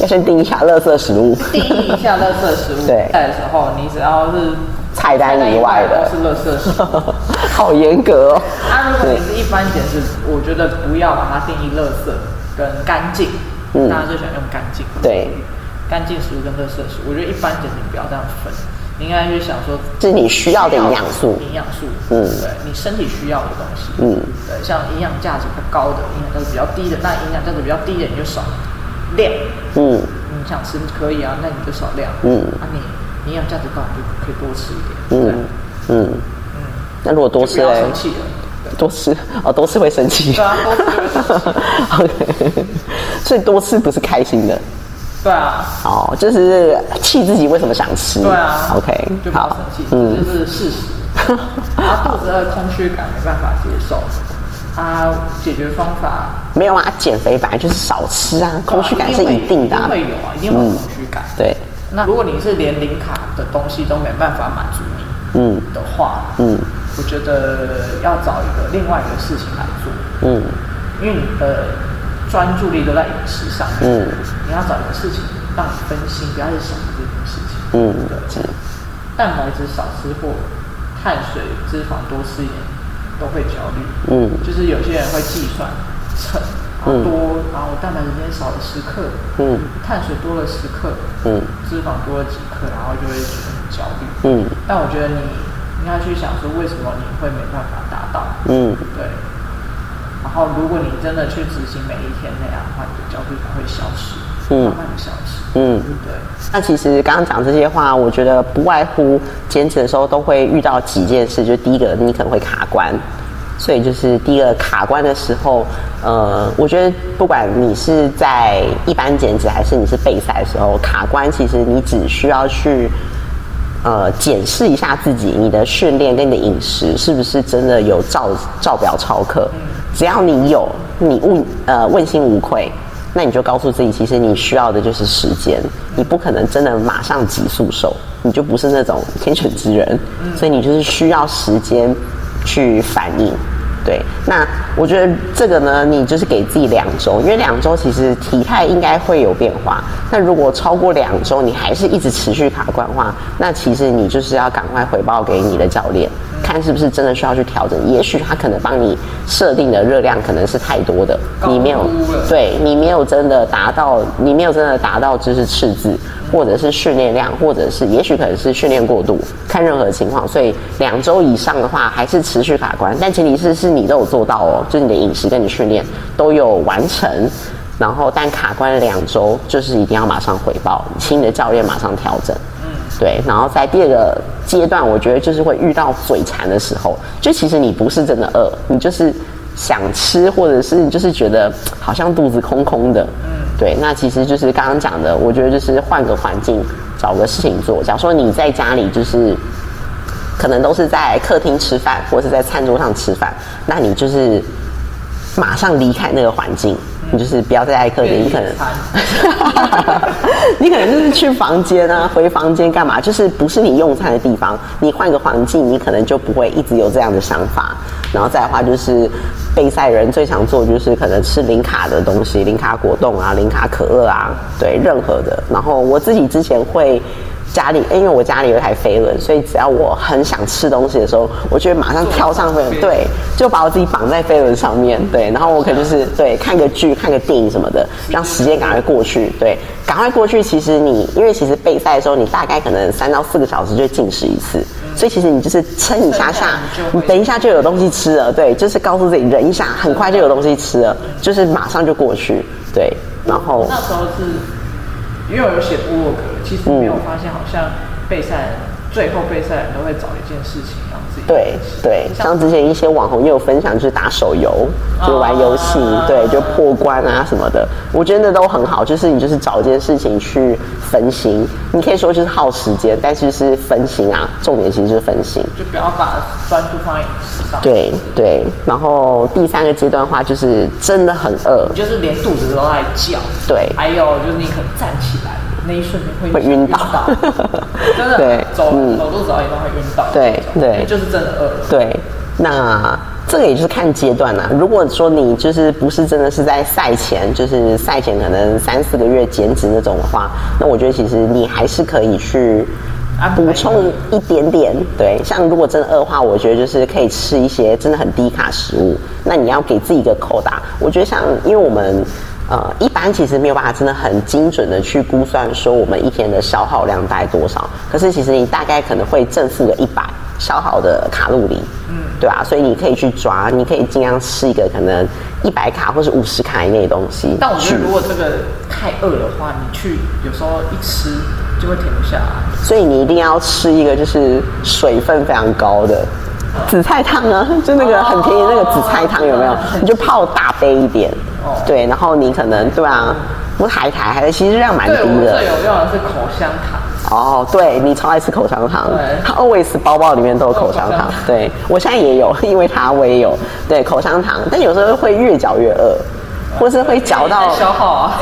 要先盯一下垃圾食物，定义一下垃圾食物对菜的时候，你只要是菜单以外的 都是垃圾食物。好严格哦。啊，如果你是一般检视，我觉得不要把它定义垃圾跟干净，嗯大家最喜欢用干净。对，干净食物跟垃圾食物，我觉得一般检视你不要这样分，你应该去想说这是你需要的营养素营养素，嗯对你身体需要的东西，嗯，对，像营养价值比较高的，营养价值比较低的，那营养价值比较低的你就少量，嗯，你想吃可以啊，那你就少量，嗯啊你营养价值高你就可以多吃一点，对嗯啊嗯，那如果多就不吃要嘞生，气了。多吃哦，多吃会生气。对啊多吃会生 OK，所以多吃不是开心的对啊，哦，就是气自己为什么想吃。对啊嗯，OK，就不要好生气，，嗯这是 事实。啊，肚子饿空虚感没办法接受，啊，解决方法没有啊，减肥本来就是少吃啊，空虚感是一定的、啊会。有啊，一定会有空虚感。对，那如果你是连零卡的东西都没办法满足你嗯的话，嗯我觉得要找一个另外一个事情来做，嗯因为你的专注力都在饮食上面，嗯你要找一个事情让你分心，不要去想这件事情。嗯对，是蛋白质少吃或碳水、脂肪多吃一点，都会焦虑。嗯就是有些人会计算称，嗯然后多，然后蛋白质今天少了十克，嗯，碳水多了十克，嗯，脂肪多了几克，然后就会觉得很焦虑。嗯但我觉得你应该去想说，为什么你会没办法达到？嗯对。然后，如果你真的去执行每一天那样的话，你的焦虑才会消失，嗯慢慢的消失。嗯。对，那其实刚刚讲这些话，我觉得不外乎减脂的时候都会遇到几件事，就第一个你可能会卡关，所以就是第一个卡关的时候，呃，我觉得不管你是在一般减脂还是你是备赛的时候，卡关其实你只需要去。呃，检视一下自己，你的训练跟你的饮食是不是真的有照照表超课？只要你有，你问呃问心无愧，那你就告诉自己，其实你需要的就是时间，你不可能真的马上急速瘦，你就不是那种天选之人，所以你就是需要时间去反应。对，那我觉得这个呢，你就是给自己两周，因为两周其实体态应该会有变化。那如果超过两周你还是一直持续卡关的话，那其实你就是要赶快回报给你的教练，看是不是真的需要去调整。也许他可能帮你设定的热量可能是太多的，高你没有估了对你没有真的达到，你没有真的达到就是赤字，或者是训练量，或者是也许可能是训练过度，看任何情况。所以两周以上的话，还是持续卡关，但前提是是你都有做到哦，就是你的饮食跟你训练都有完成。然后，但卡关两周，就是一定要马上回报，请你的教练马上调整。对，然后在第二个阶段，我觉得就是会遇到嘴馋的时候，就其实你不是真的饿，你就是想吃，或者是你就是觉得嘖好像肚子空空的。对，那其实就是刚刚讲的，我觉得就是换个环境，找个事情做。假如说你在家里就是可能都是在客厅吃饭，或是在餐桌上吃饭，那你就是马上离开那个环境，你就是不要再在客厅，变你可能野餐 你可能就是去房间啊，回房间干嘛？就是不是你用餐的地方，你换个环境，你可能就不会一直有这样的想法。然后再的话就是，备赛人最常做的就是可能吃零卡的东西，零卡果冻啊，零卡可乐啊，对，任何的。然后我自己之前会。家里，因为我家里有一台飞轮，所以只要我很想吃东西的时候，我就会马上跳上飞轮，对，就把我自己绑在飞轮上面，对，然后我可能就是对看个剧、看个电影什么的，让时间赶快过去，对，赶快过去。其实你因为其实备赛的时候，你大概可能三到四个小时就进食一次，所以其实你就是撑一下下，你等一下就有东西吃了，对，就是告诉自己忍一下，很快就有东西吃了，就是马上就过去，对，然后那时候是，因为我有写部落格，其实没有发现好像备赛人最后备赛人都会找一件事情让自己对对，像之前一些网红也有分享，就是打手游，就玩游戏，啊对，就破关啊什么的，我觉得那都很好。就是你就是找一件事情去分心，你可以说就是耗时间，但是是分心啊，重点其实就是分心。就不要把专注放在饮食上，，对对，然后第三个阶段的话，就是真的很饿，你就是连肚子都在叫，对还有就是你可能站起来那一瞬间会会晕倒真的， 对走嗯走路走到一半会晕倒，对对就是真的饿了，对，那这个也就是看阶段啦、如果说你就是不是真的是在赛前，就是赛前可能三四个月减脂那种的话，那我觉得其实你还是可以去安排补充一点点。对，像如果真的饿的话，我觉得就是可以吃一些真的很低卡食物。那你要给自己一个扣打。我觉得像因为我们。呃，一般其实没有办法真的很精准的去估算说我们一天的消耗量大概多少，可是其实你大概可能会正负个一百消耗的卡路里，嗯，对啊，所以你可以去抓，你可以尽量吃一个可能一百卡或是五十卡以内的东西。但我觉去得如果这个太饿的话，你去有时候一吃就会停不下来。所以你一定要吃一个就是水分非常高的紫菜汤啊， 就那个很便宜的那个紫菜汤有没有哦？你就泡大杯一点哦，对，然后你可能对啊，不是海苔，还是其实热量蛮低对我的。最有用的是口香糖，哦，对你超爱吃口香糖对，它 always 包包里面都有口香口香糖糖。对我现在也有，因为它我也有对口香糖，但有时候会越嚼越饿，或是会嚼到在消耗啊。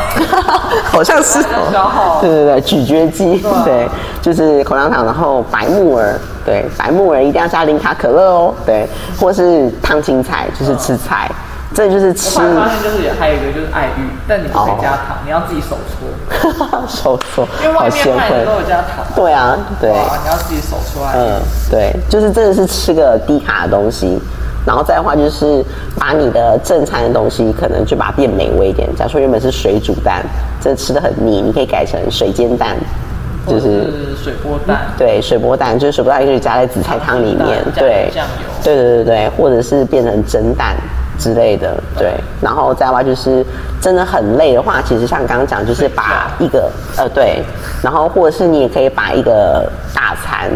好像 是哦它在消耗对对对，咀嚼肌啊，对，就是口香糖，然后白木耳，对，白木耳一定要加零卡可乐哦，对，或是烫青菜，就是吃菜，这就是我吃后来发现就是也还有一个就是爱玉，但你不可以加糖，你要自己手搓，手搓因为，好外贤面卖惠的都，有加糖。对啊，对。哇，你要自己手搓来。嗯，对，就是真的是吃个低卡的东西，然后再的话就是把你的正餐的东西可能就把它变美味一点。假如说原本是水煮蛋，真的吃的很腻，你可以改成水煎蛋，或就者是是水波蛋，对水波蛋，就是水波蛋可以加在紫菜汤里面，加点对，酱油对对对对，或者是变成蒸蛋之类的，对。然后再的话就是真的很累的话，其实像刚刚讲，就是把一个呃对，然后或者是你也可以把一个大餐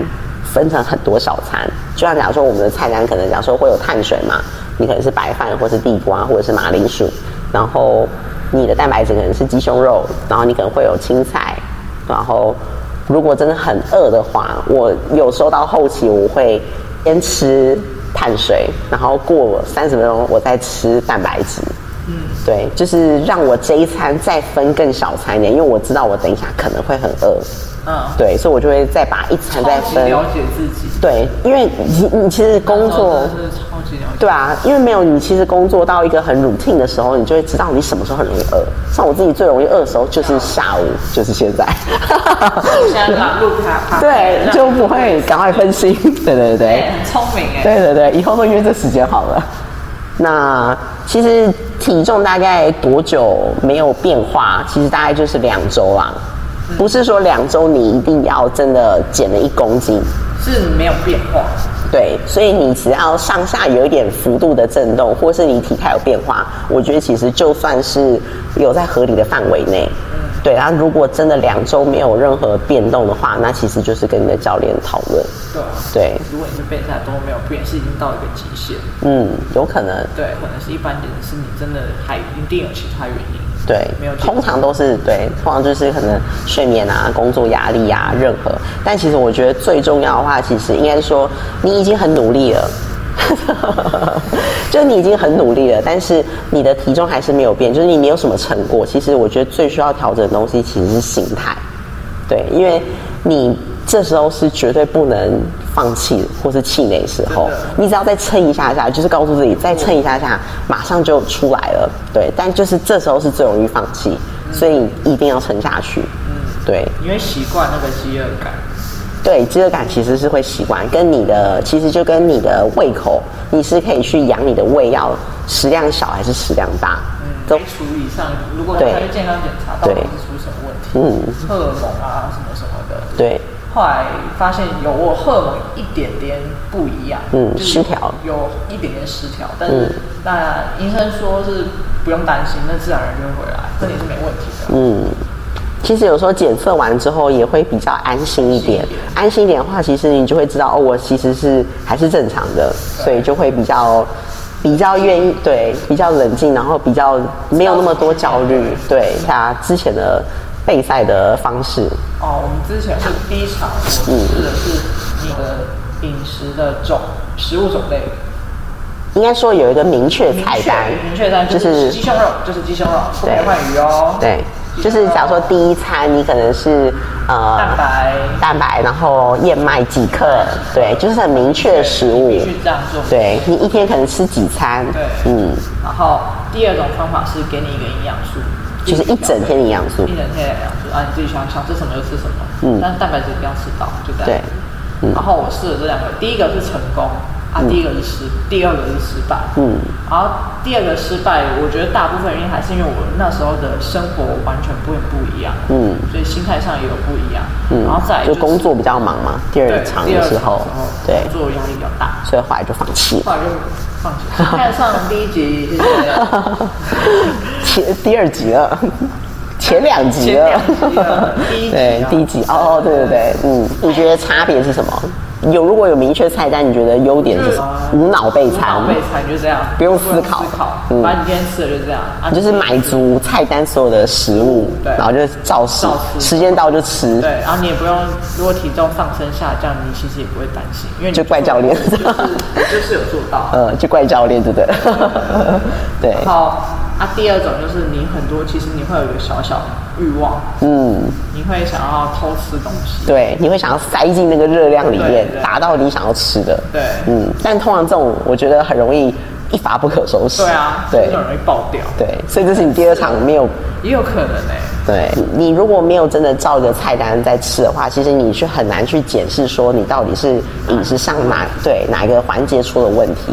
分成很多小餐，就像假如说我们的菜单可能假如说会有碳水嘛，你可能是白饭或是地瓜或者是马铃薯，然后你的蛋白质可能是鸡胸肉，然后你可能会有青菜，然后如果真的很饿的话，我有时候到后期我会先吃碳水，然后过三十分钟我再吃蛋白质。嗯，对，就是让我这一餐再分更小餐一点，因为我知道我等一下可能会很饿。嗯，对，所以我就会再把一餐再超级分。了解嗯自己。对，因为你你其实工作。真的是超级了解。对啊，因为没有你，其实工作到一个很 routine 的时候，你就会知道你什么时候很容易饿。像我自己最容易饿的时候就是下午， 就是现在。现在把路卡卡，对，就不会赶快分心。 对对对哎、对，很聪明哎、对对对，以后都约这时间好了。那其实体重大概多久没有变化？其实大概就是两周啦，不是说两周你一定要真的减了一公斤。是没有变化。对，所以你只要上下有一点幅度的震动，或是你体态有变化，我觉得其实就算是有在合理的范围内。对，然后如果真的两周没有任何变动的话，那其实就是跟你的教练讨论。对啊，对，如果你的备赛都没有变，是已经到一个极限。嗯，有可能，对，可能是一般点，是你真的还一定有其他原因。对没有，解决通常都是对，通常就是可能睡眠啊、工作压力啊，任何。但其实我觉得最重要的话，其实应该是说你已经很努力了。 就是你已经很努力了，但是你的体重还是没有变，就是你没有什么成果。其实我觉得最需要调整的东西其实是心态，对，因为你这时候是绝对不能放弃或是气馁的时候真的，你只要再撑一下下，就是告诉自己再撑一下下，马上就出来了。对，但就是这时候是最容易放弃，嗯所以一定要撑下去。对因为习惯那个饥饿感，对，饥饿感其实是会习惯，跟你的其实就跟你的胃口，你是可以去养你的胃，要食量小还是食量大，都嗯，没处理上，如果他对去健康检查，到底对是出什么问题？嗯，荷尔蒙啊，什么什么的。对后来发现有我荷尔蒙一点点不一样，嗯就是失调嗯有一点点失调，但是那医生说是不用担心，那自然而然就会回来，这里是没问题的。嗯，其实有时候检测完之后也会比较安心一点是的，安心一点的话，其实你就会知道哦，我其实是还是正常的，所以就会比较呃比较愿意对，比较冷静，然后比较没有那么多焦虑，对他之前的备赛的方式，哦，我们之前是第一场，我试的是你的饮食的种食物种类，应该说有一个明确明菜确单，明确单就是鸡胸肉，就是鸡胸肉，不可以换鱼哦。对就是假如说第一餐你可能是呃蛋白蛋白，然后燕麦几克，对，就是很明确的食物必。须这样做。对你一天可能吃几餐，对嗯，然后第二种方法是给你一个营养素，就是一整天的营养素一整天的营养素啊，你自己想想吃什么就吃什么，嗯但是蛋白质一定要吃到，就这对样。嗯然后我试了这两个，第一个是成功啊，第一个是失，第二个是失败。嗯。然后第二个失败，我觉得大部分原因还是因为我那时候的生活完全不不一样，嗯所以心态上也有不一样。嗯然后再来就是工作比较忙嘛，第对二场第的二时场候的时候，对，工作压力比较大。所以后来就放弃了。 后来就放弃。 看上第一集就是啊前第二集了，前两集了前两集啊了，第一集啊对第一集哦，哦对对对，嗯，你觉得差别是什么？有如果有明确菜单，你觉得优点是什么？无脑备无餐脑，备餐就这样，不用思考思考，嗯反正你今天吃的就这样，啊就是买足菜单所有的食物，对然后就照吃照，吃时间到就吃，对，然后你也不用，如果体重上升下降，你其实也不会担心，因为你就怪教练 就是就是有做到。呃，就怪教练，对不对？ 对，然后啊，第二种就是你很多，其实你会有一个小小欲望，嗯，你会想要偷吃东西，对，你会想要塞进那个热量里面对，对达到你想要吃的，对嗯，但通常这种我觉得很容易一发不可收拾，对啊，对这种容易爆掉，对，所以这是你第二场没有也有可能哎、对你如果没有真的照着菜单在吃的话，其实你是很难去检视说你到底是饮食上哪对哪一个环节出了问题，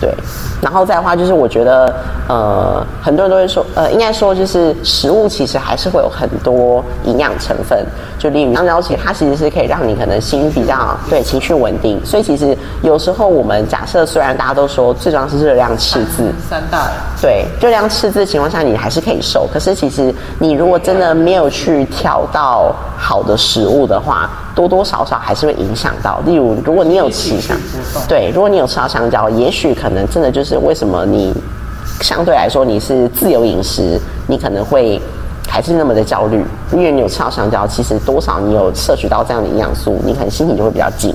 对。然后再的话就是我觉得呃很多人都会说呃应该说就是食物其实还是会有很多营养成分，就例如香蕉其实它其实是可以让你可能心比较对情绪稳定，所以其实有时候我们假设虽然大家都说最重要是热量赤字，三大对，热量赤字的情况下，你还是可以瘦。可是其实你如果真的没有去挑到好的食物的话，多多少少还是会影响到。例如，如果你有吃香情绪波动，对，如果你有吃到香蕉，也许可能真的就是为什么你相对来说你是自由饮食，你可能会。还是那么的焦虑，因为你有吃到香蕉，其实多少你有摄取到这样的营养素，你可能心情就会比较静，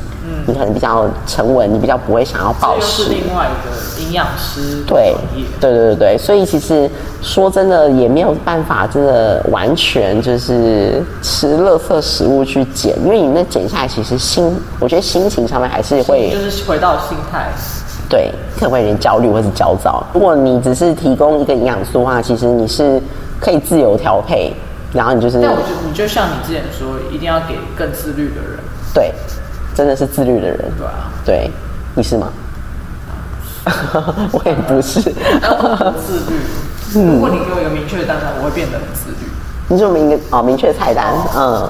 你可能比较沉稳，你比较不会想要暴这又食是。另外一个营养师的对行业，对对对对，所以其实说真的也没有办法，真的完全就是吃垃圾食物去减，因为你那减下来，其实心，我觉得心情上面还是会就是回到心态，对，可能会有点焦虑或是焦躁。如果你只是提供一个营养素的话，其实你是可以自由调配，然后你就是但我觉得你就像你之前说，一定要给更自律的人，对，真的是自律的人，对啊， 对，你是吗？ 我也不是，但我不自律。如果你给我一个明确的单单，我会变得很自律。你就明哦明确菜单，哦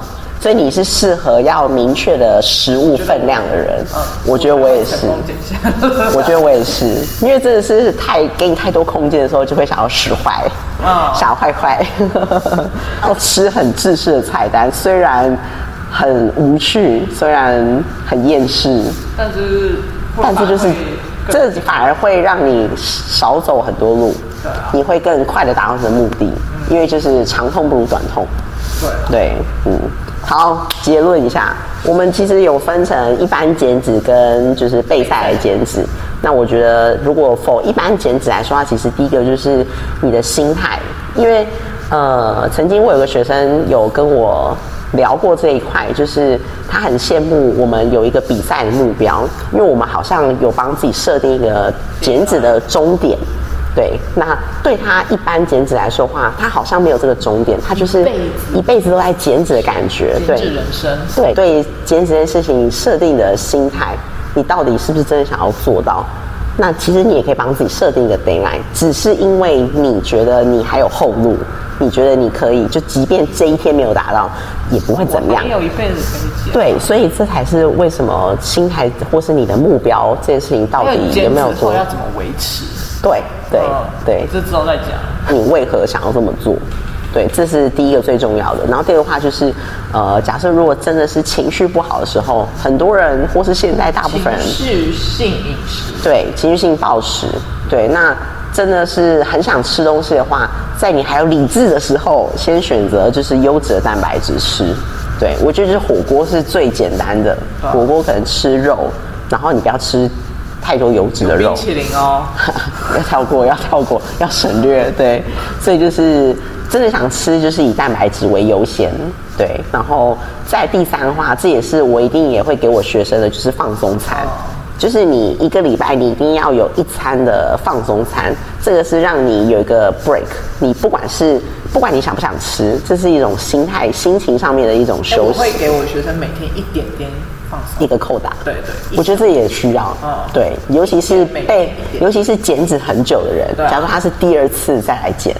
嗯，所以你是适合要明确的食物分量的人。嗯，我觉得我也是成，功减下， 我觉得我也是，因为真的是太给你太多空间的时候，就会想要使坏，哦想要坏 坏，要吃很制式的菜单，虽然很无趣，虽然很厌世，但是会但这就是反而会更这反而会让你少走很多路对啊，你会更快的达到你的目的，因为就是长痛不如短痛。对啊。对，嗯，好，结论一下，我们其实有分成一般减脂跟就是备赛的减脂。那我觉得，如果否一般减脂来说，它其实第一个就是你的心态，因为呃，曾经我有个学生有跟我聊过这一块，就是他很羡慕我们有一个比赛的目标，因为我们好像有帮自己设定一个减脂的终点。对，那对他一般减脂来说的话，他好像没有这个终点，他就是一辈子一辈子都在减脂的感觉，精对致人生，对对，减脂这件事情设定的心态，你到底是不是真的想要做到？那其实你也可以帮自己设定一个 deadline，只是因为你觉得你还有后路，你觉得你可以，就即便这一天没有达到，也不会怎么样也。有一辈子可以减。对，所以这才是为什么心态或是你的目标这件事情到还底有有减没脂有做后？要怎么维持？对对嗯对，这之后再讲。你为何想要这么做？对，这是第一个最重要的。然后第二个话就是，呃，假设如果真的是情绪不好的时候，很多人或是现在大部分情人绪性饮食，对情绪性暴食，对，那真的是很想吃东西的话，在你还有理智的时候，先选择就是优质的蛋白质吃。对我觉得就是火锅是最简单的，对啊火锅可能吃肉，然后你不要吃太多油脂的肉冰。淇淋哦， 要跳过，要跳过，要省略，对，所以就是真的想吃，就是以蛋白质为优先，对。然后再第三的话，这也是我一定也会给我学生的，就是放松餐。就是你一个礼拜，你一定要有一餐的放松餐，这个是让你有一个 break。你不管是不管你想不想吃，这是一种心态、心情上面的一种哎休我息会，给我学生每天一点点放一松。个扣打。对对，我觉得这也需要，嗯对，尤其是每被一，点尤其是减脂很久的人，对啊嗯假如他是第二次再来减，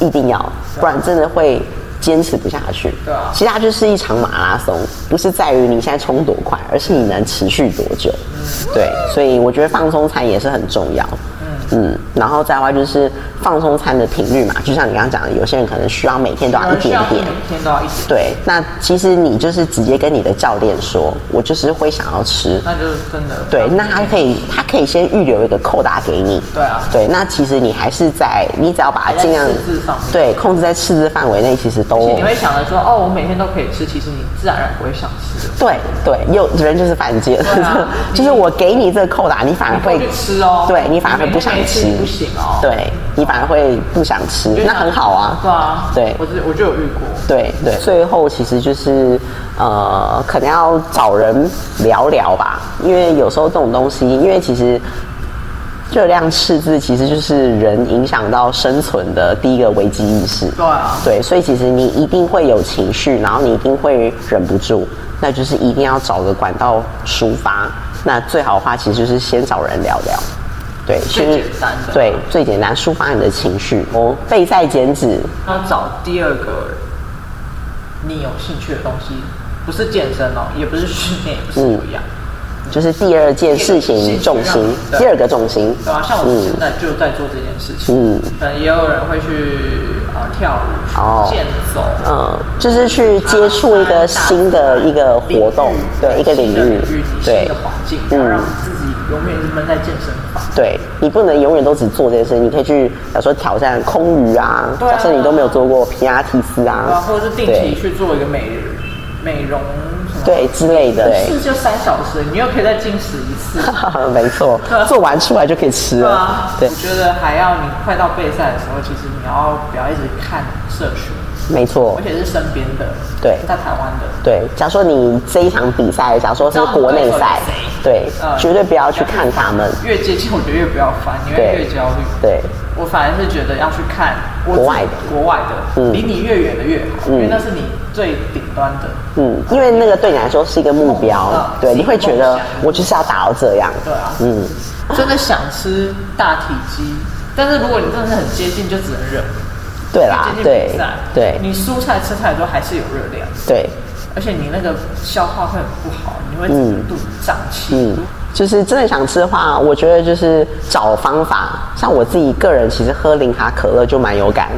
一定要，不然真的会坚持不下去。对啊其实它就是一场马拉松，不是在于你现在冲多快，而是你能持续多久。嗯对，所以我觉得放松餐也是很重要。嗯，然后再的话就是放松餐的频率嘛，就像你刚刚讲的，有些人可能需要每天都要有一人需点要点每，天都要一点，对，那其实你就是直接跟你的教练说，我就是会想要吃，那就是真的。对，那他可以，他可以先预留一个扣打给你。对啊对，那其实你还是在，你只要把它尽量还在赤字上面对控制在赤字范围内，其实都你会想着说，哦，我每天都可以吃，其实你自然而然不会想吃了，对对，有人就是犯贱，对啊 就是我给你这个扣打，你反而你会不去吃哦对你反而会不想你每天吃没吃，不行哦对你反而会不想吃，因为那它很好啊。对啊，对我就我就有遇过，对对，最后其实就是呃，可能要找人聊聊吧，因为有时候这种东西，因为其实热量赤字其实就是人影响到生存的第一个危机意识。对啊，对，所以其实你一定会有情绪，然后你一定会忍不住，那就是一定要找个管道抒发。那最好的话，其实就是先找人聊聊。对，最先简单的对，最简单抒发你的情绪。哦，备赛减脂，要找第二个你有兴趣的东西，不是健身哦，也不是训练，也不是有氧，就是第二件事第情二重件事心情，对第二个重心，对啊，像我现在就在做这件事情，嗯，可能也有人会去呃跳舞、哦健走，嗯，就是去接触一个新的一个活动领域，对一个领新的域领域，新对的环境，不要让自己永远是闷在健身房。对，你不能永远都只做这件事，你可以去，比如说挑战空余啊，对啊假设你都没有做过皮拉提斯对啊，啊，或者是定期去做一个美美容什么，对之类的，一次就三小时，你又可以再进食一次，对， 没错，做完出来就可以吃啊对了啊，，对我，觉得还要你快到备赛的时候，其实你要不要一直看社群，没错而，且是身边的，对在台湾的，对。假如说你这一场比赛，假如说是国内赛，对，嗯绝对不要去看他们，越接近我觉得越不要烦，你会对越焦虑。对，我反而是觉得要去看我国外的国外的，嗯离你越远的越好，因为那是你最顶端的。嗯，因为那个对你来说是一个目标嗯，对，是一你个会觉得梦想我就是要达到这样，对啊，嗯，真的想吃大体积，但是如果你真的是很接近，就只能忍。对啦接，近对比赛，对你蔬菜吃太多还是有热量，对，而且你那个消化会很不好，你会整个肚子胀气。嗯，就是真的想吃的话，我觉得就是找方法。像我自己个人，其实喝零卡可乐就蛮有感，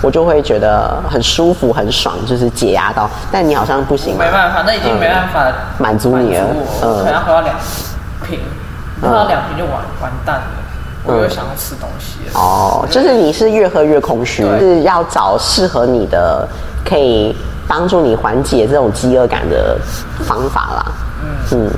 我就会觉得很舒服、很爽，就是解压到。但你好像不行嘛没，办法，那已经没办法嗯满足你了满足我嗯我可能要喝到两瓶，喝到两瓶就完完蛋了，我又想要吃东西嗯了。哦，就是你是越喝越空虚，对是要找适合你的，可以帮助你缓解这种饥饿感的方法啦。嗯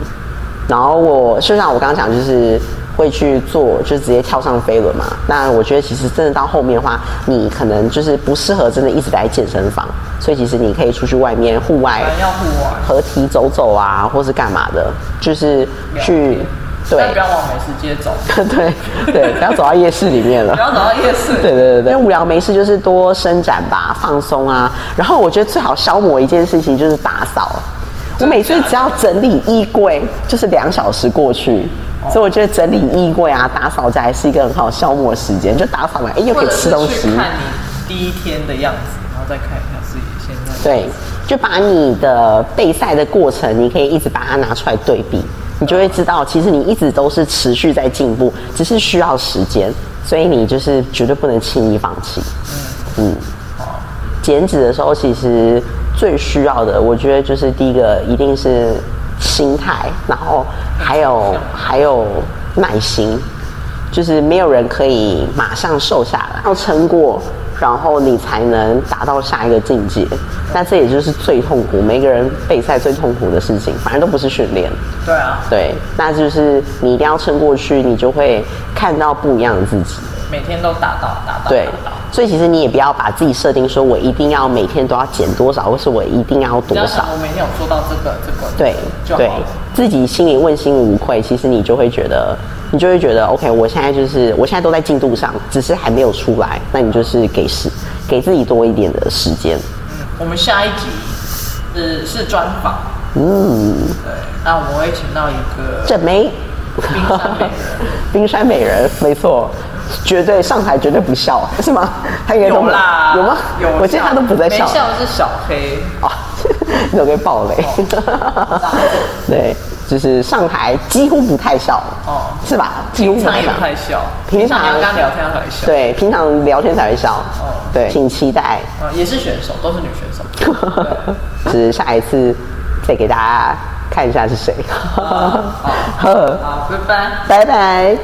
然后我就像我刚刚讲，就是会去做，就直接跳上飞轮嘛。那我觉得其实真的到后面的话，你可能就是不适合真的一直待在健身房，所以其实你可以出去外面户外反正要户外，合体走走啊，或是干嘛的，就是去对但不要往美食街走，对对，不要走到夜市里面了不。要走到夜市。对对对对，因为无聊没事就是多伸展吧，放松啊。然后我觉得最好消磨一件事情就是打扫。我每次只要整理衣柜，就是两小时过去，哦所以我觉得整理衣柜啊、打扫家还是一个很好消磨的时间。就打扫完，哎，又或可以者是吃东西去。看你第一天的样子，然后再看一下自己现在。对，就把你的备赛的过程，你可以一直把它拿出来对比，你就会知道，其实你一直都是持续在进步，只是需要时间，所以你就是绝对不能轻易放弃。嗯，减脂的时候，其实最需要的，我觉得就是第一个一定是心态，然后还有还有耐心，就是没有人可以马上瘦下来，要撑过，然后你才能达到下一个境界。那这也就是最痛苦，每个人备赛最痛苦的事情，反正都不是训练，对啊，对，那就是你一定要撑过去，你就会看到不一样的自己。每天都打到打到对打到，，所以其实你也不要把自己设定说我一定要每天都要减多少，或是我一定要只多要少想。我每天有做到这个这个对就对好了。，自己心里问心无愧，其实你就会觉得，你就会觉得，OK，我现在就是我现在都在进度上，只是还没有出来，那你就是给时给自己多一点的时间。我们下一集呃是专访，嗯，对，那我们会请到一个这梅，冰山美人 冰山美人，没错，绝对上台绝对不笑，是吗？他应该都有不 啦，有吗？有笑，我记得他都不在没笑笑的是小黑，啊， 有被爆雷。对，就是上台几乎不太笑，哦是吧？几乎平不太常也笑不。太笑，平常你要跟他聊天才会笑，对，平常聊天才会笑。哦对，请期待，嗯，也是选手，都是女选手， 对就是下一次再给大家看一下是谁。 好呵，好，拜拜拜。拜。